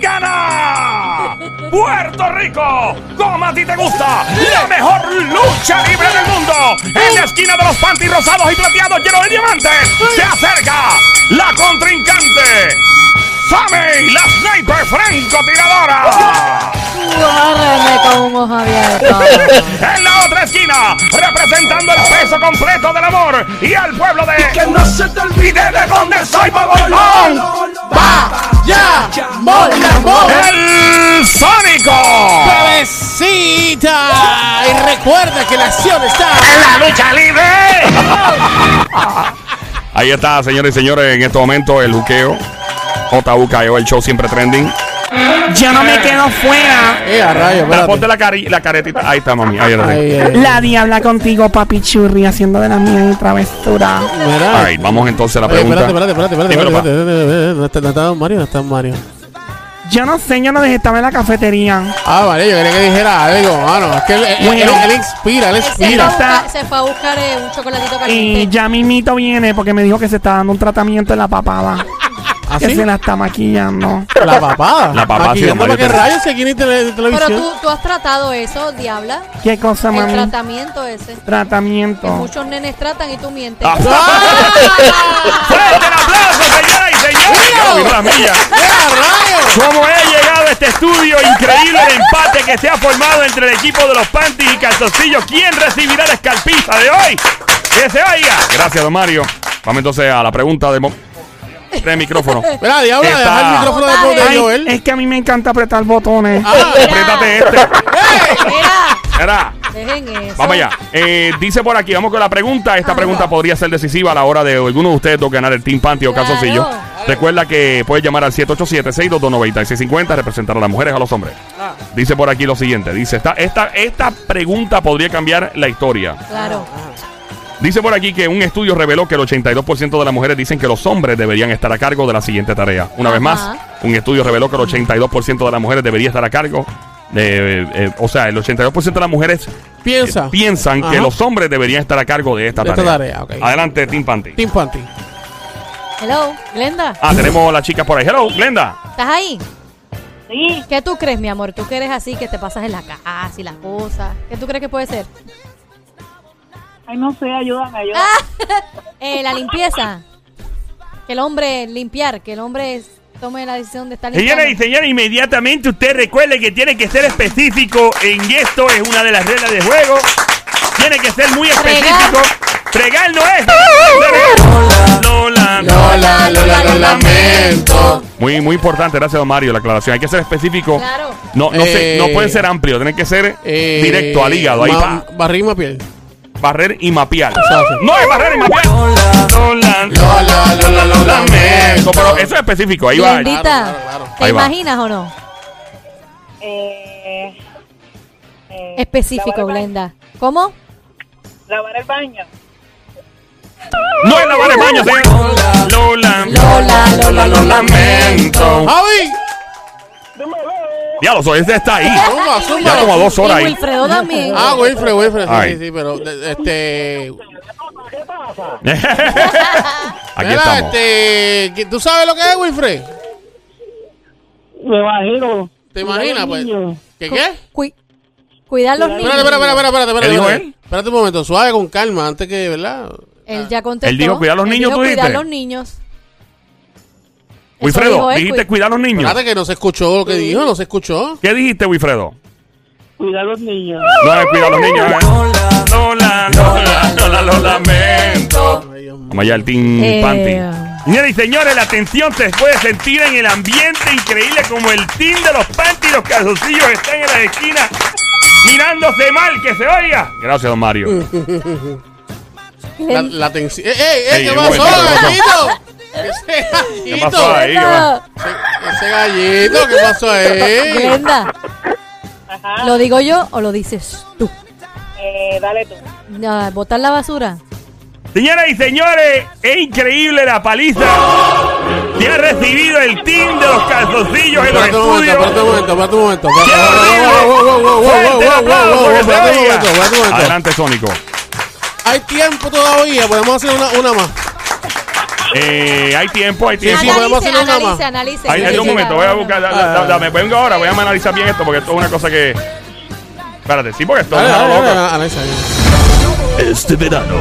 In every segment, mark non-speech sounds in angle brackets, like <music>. ¡Tangana! ¡Puerto Rico! ¡Como a ti te gusta! ¡La mejor lucha libre del mundo! En la esquina de los pantis rosados y plateados llenos de diamantes, se acerca la contrincante. Sammy, la sniper francotiradora. Agárrame con un ojo abierto. En la otra esquina, representando el peso completo del amor y al pueblo de. que no se te olvide de dónde soy, Bogolón. ¡Va! ¡Ya! ¡Mola, mola! ¡El Sónico! ¡Bebecita! Y recuerda que la acción está. ¡En la lucha libre! Ahí está, señores y señores, en este momento el juqueo. JUKEO, E el show siempre trending. Yo no me quedo fuera. ¡Eh, a rayo! La, espérate. ponte la, cari- la caretita. Ahí está, mami. Ahí está. Ay, ay, La diabla contigo, papi churri, haciendo de las mías y travestura. mira. Alright, vamos entonces a la Oye, pregunta. espérate, espérate, espérate, espérate, Dímelo, espérate, espérate, espérate, ¿No está- no está Mario? ¿No está Mario? Yo no sé, yo no dejé estaba en la cafetería. Ah, vale, yo quería que dijera algo, mano. Es que él, él- Bueno. él- él inspira, él Él se, fue a inspira. buscar, se fue a buscar eh, un chocolatito caliente. Y ya mimito viene porque me dijo que se está dando un tratamiento en la papada. Que ¿Ah, ¿Así? se la está maquillando. La papada. La papada, sí, Maquillando para Mario, qué pero- rayos si aquí ni tele- Pero televisión. tú, tú has tratado eso, diabla. ¿Qué cosa, El Ah, mami? tratamiento ese. Que Tratamiento. muchos nenes tratan y tú mientes. Ah. ¡Fuerte el aplauso, señoras y señores! Mira. Yo, las millas. ¡Eh, a rayos! ¿Cómo he llegado a este estudio increíble de empate que se ha formado entre el equipo de los Panties y Calzoncillos? ¿Quién recibirá la escalpiza de hoy? ¡Que se oiga! Gracias, don Mario. Vamos entonces a la pregunta de, mo- de micrófono. Mira, diabla, Está- deja el micrófono de- de, Ay, Joel. es que a mí me encanta apretar botones. Ah, Apriétate este. <laughs> Mira, Era, dejen eso. vamos allá. Eh, dice por aquí, vamos con la pregunta. Esta Ajá. pregunta podría ser decisiva a la hora de alguno de ustedes dos ganar el Team Panty o Claro. Calzoncillo. Recuerda que puedes llamar al 787-622-9650, representar a las mujeres, a los hombres. Ah. Dice por aquí lo siguiente, dice, esta, esta, esta pregunta podría cambiar la historia. Ah. Claro. Dice por aquí que un estudio reveló que el 82% de las mujeres dicen que los hombres deberían estar a cargo de la siguiente tarea. Una vez más, Ajá. un estudio reveló que el 82% de las mujeres debería estar a cargo. de- eh, eh, o sea, el 82% de las mujeres eh, Piensa. piensan que Ajá. los hombres deberían estar a cargo de esta De esta tarea. tarea, ok. Adelante, Team Panty. Team Panty. Hello, Glenda, Ah, tenemos a las chicas por ahí. Hello, Glenda. ¿estás ahí? Sí, ¿Qué tú crees, mi amor? Tú que eres así, que te pasas en la casa y las cosas. ¿Qué tú crees que puede ser? ay, no sé, ayúdame, ayúdame. <laughs> Eh, la limpieza. Que el hombre limpiar, que el hombre es- tome la decisión de estar limpiando. Señoras y señores, inmediatamente usted recuerde que tiene que ser específico en esto, es una de las reglas de juego. Tiene que ser muy Fregar. específico. Fregar no es. Lola, Lola. Lola, Lola, lo lamento. Muy, muy importante, gracias, don Mario, la aclaración. Hay que ser específico. Claro. No, no, se- Eh, no puede ser amplio, tiene que ser Eh, directo al hígado. Ahí ma- va. Barril más piel. Barrer y mapear. Exacto. No es barrer y mapear. Lola, Lola, lo Lamento, pero eso es específico, ahí va. Glendita, Claro, claro, claro. ¿te Ahí va. imaginas o no? Eh, eh, lavar Específico, el baño- Glenda. ¿Cómo? Lavar el baño. No es lavar el baño, señor. Lola, Lola, Lola, lo lamento. ¡Javi! Diablo, este está ahí. Zumba, zumba. Ya como a dos Y horas ahí. Wilfredo también. Ah, Wilfred, Wilfred. Sí, Oh. Ay. sí, sí, pero de- este. <laughs> Aquí mira, estamos. este. ¿qué- ¿Tú sabes lo que es, Wilfred? Me imagino. ¿Te imaginas, pues? ¿Qué qué? Cui- cuidar los niños. Espérate, espérate, espérate, espérate, espérate. ¿Qué dijo espérate. él? Espérate un momento, suave, con calma, antes que, ¿verdad? Él ya contestó. Él dijo, "Cuidar los Él niños", ¿tú dijo, Cuidar dijiste? los niños. Eso Wilfredo, dijo él, dijiste cuid- cuidar a los niños. Espérate que no se escuchó lo que dijo, no se escuchó. ¿Qué dijiste, Wilfredo? Cuidar los niños. No es cuidar a los niños. eh. Lola, Lola, Lola, lo lamento. Ay, Dios mío. Vamos allá al Team Eh. Panty. Señoras y señores, la tensión se puede sentir en el ambiente increíble como el Team de los Panty y los calzoncillos están en las esquinas mirándose mal, que se oiga. Gracias, don Mario. La, la tensión. ¡Eh, eh, Ey, eh! ¿Qué un pasó, momento, ¿qué pasó? gallito? Ese <laughs> ¿Qué gallito. pasó ahí? ¿Qué va? Ese- Ese gallito, ¿qué pasó ahí? Glenda, ¿lo digo yo o lo dices tú? Eh, dale tú. Ah, Botar la basura. Señoras y señores, es increíble la paliza y ha recibido el team de los calzoncillos en los Espérate un momento, estudios. espérate un momento, espérate un momento. Espérate ¡Qué horrible! un momento, ¡Fuerte el aplauso que se espérate un oiga! momento, espérate un momento. Adelante, Sónico. Hay tiempo todavía, podemos hacer una, una más. Eh, hay tiempo, hay Sí, tiempo. sí, podemos hacer analice, una más. analice, analice. Ay, sí, en sí, un sí. momento, voy a buscar. da- da- da- Dame, vengo ahora, voy a analizar bien esto porque esto es una cosa que. Espérate, sí, porque esto Dale, es una dale, dale, loca. dale, analiza, analiza. Este verano,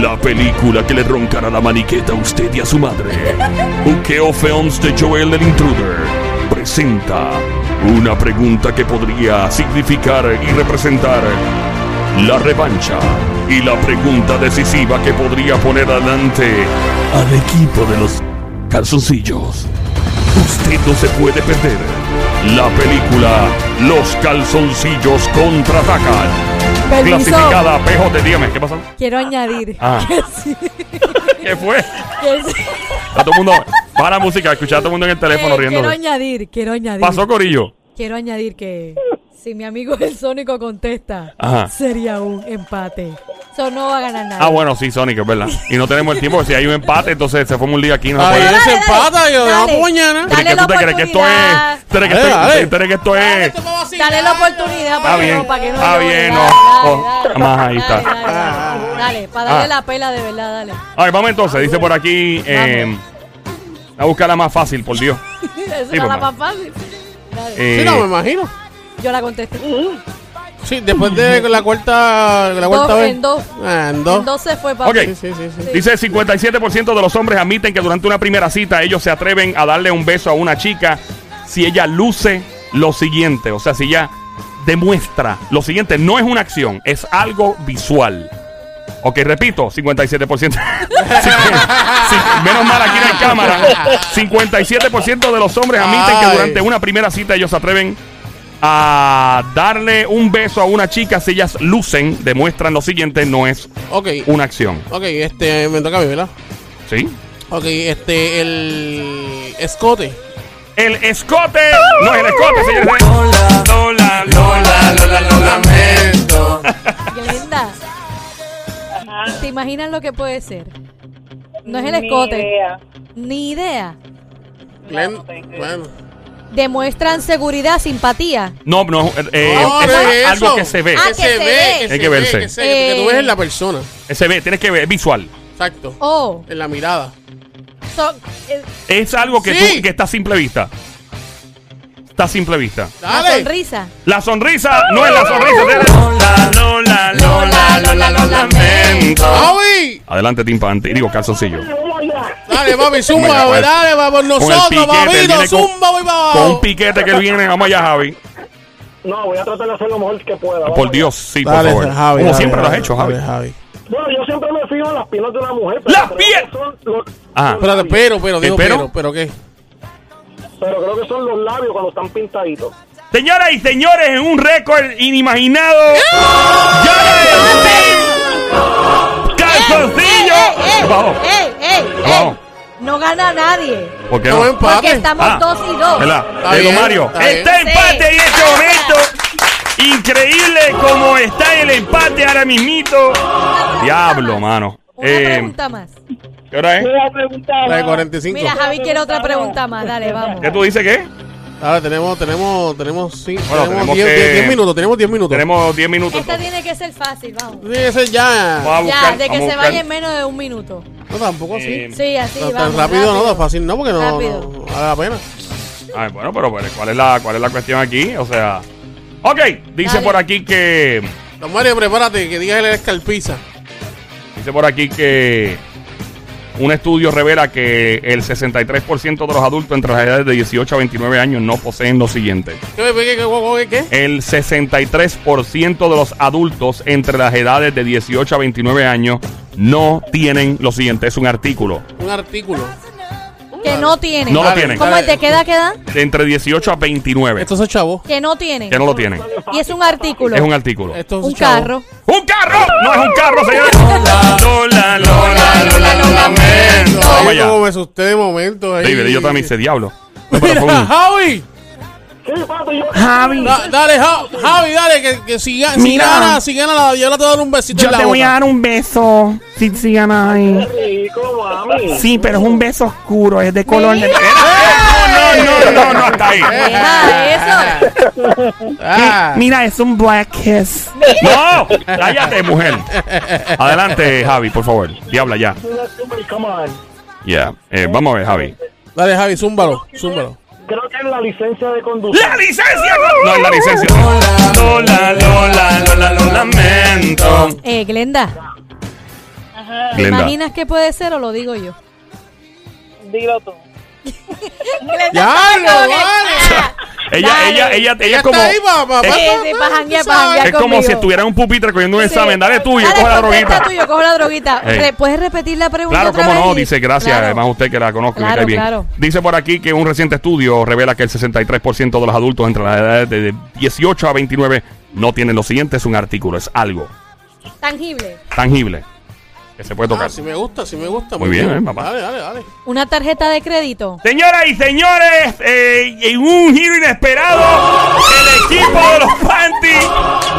la película que le roncará la maniqueta a usted y a su madre. Ukeo Films de Joel el Intruder presenta una pregunta que podría significar y representar la revancha y la pregunta decisiva que podría poner adelante al equipo de los calzoncillos. Usted no se puede perder la película Los calzoncillos contraatacan. Permiso. Clasificada PJ, dígame, ¿qué pasó? Quiero añadir Ah. <laughs> que sí, ¿Qué fue? que sí. A todo el mundo, baja la música, escuchar a todo el mundo en el teléfono Eh, Quiero riéndose. añadir, quiero añadir. Pasó Corillo. Quiero añadir que si mi amigo <laughs> el Sónico contesta, Ajá. sería un empate. Eso no va a ganar nada. Ah, bueno, sí, Sonic, es verdad. Y no tenemos el tiempo, porque si hay un empate, entonces se forma un liga aquí. No se Ahí puede. se dale, empata y lo dale. dejamos para mañana. Dale ¿Crees que la tú te crees que esto es? oportunidad. ¿Tú crees que Dale, esto- dale. tú crees que esto es? Dale la oportunidad Está para que bien, no, para que no. está llore. bien, Dale, no. dale, dale, Más ahí dale, está. Ah, Dale, dale, dale, para darle la pela de verdad, dale. A ver, vamos entonces, dice por aquí. Eh, a buscar la más fácil, por Dios. <laughs> Eso Sí, era la mamá. más fácil. Dale, Eh, Sí, no, me imagino. Yo la contesté. Sí, después de la cuarta, la cuarta Dos, vez. en dos. Ah, en dos. Entonces fue para Ok. Sí, sí, sí, sí. Dice 57% de los hombres admiten que durante una primera cita ellos se atreven a darle un beso a una chica si ella luce lo siguiente, o sea, si ella demuestra lo siguiente, no es una acción, es algo visual. Ok, repito, 57%. <laughs> Sí, sí, menos mal aquí no hay cámara. 57% de los hombres admiten que Ay. durante una primera cita ellos se atreven a darle un beso a una chica si ellas lucen, demuestran lo siguiente, no es Ok, una acción. ok, este, me toca a mí, ¿verdad? ¿Sí? Ok, este, el escote. El escote. No, el escote, señores. eh. Lola, Lola, lamento. Linda. Ajá. ¿Te imaginas lo que puede ser? No es el Ni escote, idea. ni idea. No, no tengo idea. bueno. Demuestran seguridad, simpatía. No, no, eh, eh, No, es pero Ah, eso. algo que se ve. Ah, que se Eh. ve. Hay que verse. Que, se ve, que tú ves en la persona. Se ve, tienes que ver, es visual. Exacto. Oh, En la mirada. so- eh, Es algo que, Sí. tú- que está a simple vista. Está a simple vista. la Dale. sonrisa. La sonrisa no es la sonrisa. señores. Lola, Lola, Lola, Lola, lo lamento. ¡Avi! Adelante, timpante. Digo, calzoncillo. Dale, papi, Mira, zumba, pues, dale, vamos piquete, nosotros, él papito, viene con- zumba, voy para Con un abajo. piquete que viene, vamos allá, Javi. No, voy a tratar de hacer lo mejor que pueda. vamos Por allá. Dios, sí, por favor. Como siempre lo has hecho, Javi. Bueno, yo siempre me fijo en las piernas de una mujer. ¡Las creo pier- que son los- Espérate, Ajá. los labios. Ah, pero, pero, digo, pero? pero, pero, ¿qué? Pero creo que son los labios cuando están pintaditos. Señoras y señores, en un récord inimaginado. ¡Eh! ¡Eh! ¡Gana el team ¡Calzoncillo! ¡Ey, ey, Vamos. ey, ey, ey! Vamos. eh, No gana nadie. ¿Por qué No, no? empate. Porque estamos Ah, dos y dos. ¿Verdad? Está Eh, don bien, Mario. está Está bien. empate en este Sí. momento. Increíble como está el empate ahora mismito. Diablo, mano. Una Eh, pregunta más. ¿Qué hora es? Mira, pregunta. La de 45. Mira, Javi quiere otra pregunta más. Dale, vamos. ¿Qué tú dices qué? Ahora tenemos, tenemos, tenemos, sí, Bueno, tenemos tenemos 10 que- 10 10 minutos, tenemos 10 minutos. Tenemos 10 minutos. Esta tiene que ser fácil, vamos. Sí, ese ya. Vamos a Ya, buscar, de que vamos a se buscar. vaya en menos de un minuto. No, tampoco Eh, así. Sí, así, No, tan vamos. rápido, no, tan fácil no, porque no, Rápido. no vale la pena. Ay, bueno, pero pero, ¿cuál es la, cuál es la cuestión aquí? O sea. Ok, dice Dale. por aquí que. Don Mario, prepárate, que digas el escalpiza. Dice por aquí que un estudio revela que el 63% de los adultos entre las edades de 18 a 29 años no poseen lo siguiente. ¿Qué, qué, qué, qué, qué? El 63% de los adultos entre las edades de 18 a 29 años no tienen lo siguiente. Es un artículo. Un artículo. Que no tiene. No lo Dale, tienen. ¿Cómo dale. te queda, queda? De entre 18 a 29 Estos son chavos. Que no tiene. que no lo tienen. Y es un artículo. Es un artículo. Estos son Un chavos. carro. ¡Un carro! ¡No es un carro, señores! Lola, Lola, Lola, lo lamento. Vamos Ay, cómo allá. me asusté de momento. ahí. Sí, yo también hice diablo. No, <laughs> pero fue Mira, un- Javi. Sí, papi, yo. Javi, Da- dale, Ja- Javi, dale, que, que si, ga- si Mira. gana, si gana la Viola te voy a dar un besito yo en la te voy a boca. dar un beso. Si, si ganas ahí. Qué rico, mami. mami. Sí, pero es un beso oscuro, es de color. Mira. de- No, no, no, no, hasta ahí. <laughs> Deja eso. Eh, Ah, Mira, es un black kiss. No, cállate, mujer. Adelante, Javi, por favor. Diabla ya. Come on. Ya. Eh, vamos a ver, Javi. dale, Javi, zúmbalo, zúmbalo. Creo que es la licencia de conducir. ¡La licencia! No, es la licencia. Lola, Lola, Lola, lo lamento. Eh, Glenda, ¿te Glenda. imaginas qué puede ser o lo digo yo? Dilo tú. Glenda ¡Diablo, estaba vale! conectada. Ella, ella, ella, ella Ella es como. está ahí, va, va, es- va, Sí, va, sí, va, pa' tú janguear, pa' sabes. janguear. Es como conmigo. si estuviera en un pupitre cogiendo un Sí. examen. Dale tuyo, Dale, coge la contesta droguita. tú y yo cojo la droguita. Ey. Re- ¿Puedes repetir la pregunta? Claro, otra cómo vez no, y- dice gracias, eh, Claro. además usted que la conozco y me Claro, cae bien. claro. Dice por aquí que un reciente estudio revela que el 63% de los adultos entre las edades de 18 a 29 no tienen lo siguiente, es un artículo, es algo Tangible. tangible que se puede tocar. Ah, sí me gusta, sí me gusta. Muy bien, eh, papá. Dale, dale, dale. Una tarjeta de crédito. Señoras y señores, eh, en un giro inesperado, el equipo de los Panties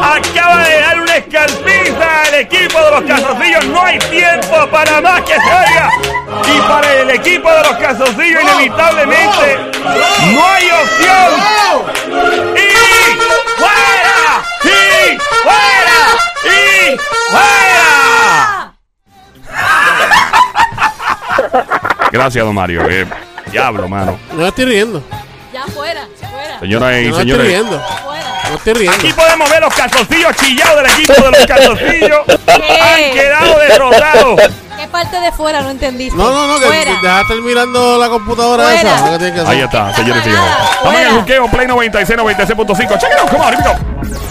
acaba de dar una escalpiza al equipo de los calzoncillos. No hay tiempo para más que se oiga. Y para el equipo de los calzoncillos, inevitablemente, no hay opción. ¡Y fuera! ¡Y fuera! ¡Y fuera! <laughs> Gracias, don Mario. eh. diablo, mano. No me estoy riendo. Ya fuera, Señoras fuera, y No me estoy señores. riendo. No fuera. me estoy Aquí riendo. podemos ver los calzoncillos chillados del equipo de los <laughs> calzoncillos. Han quedado derrotados. ¿Qué parte de fuera no entendiste? No, no, no, que fuera. deja estar mirando la computadora Fuera. esa. es lo que tienes que hacer. Ahí está, señores y señores. Fuera. Estamos en el juqueo Play 96, 96.5. Check it out, come on, here we go.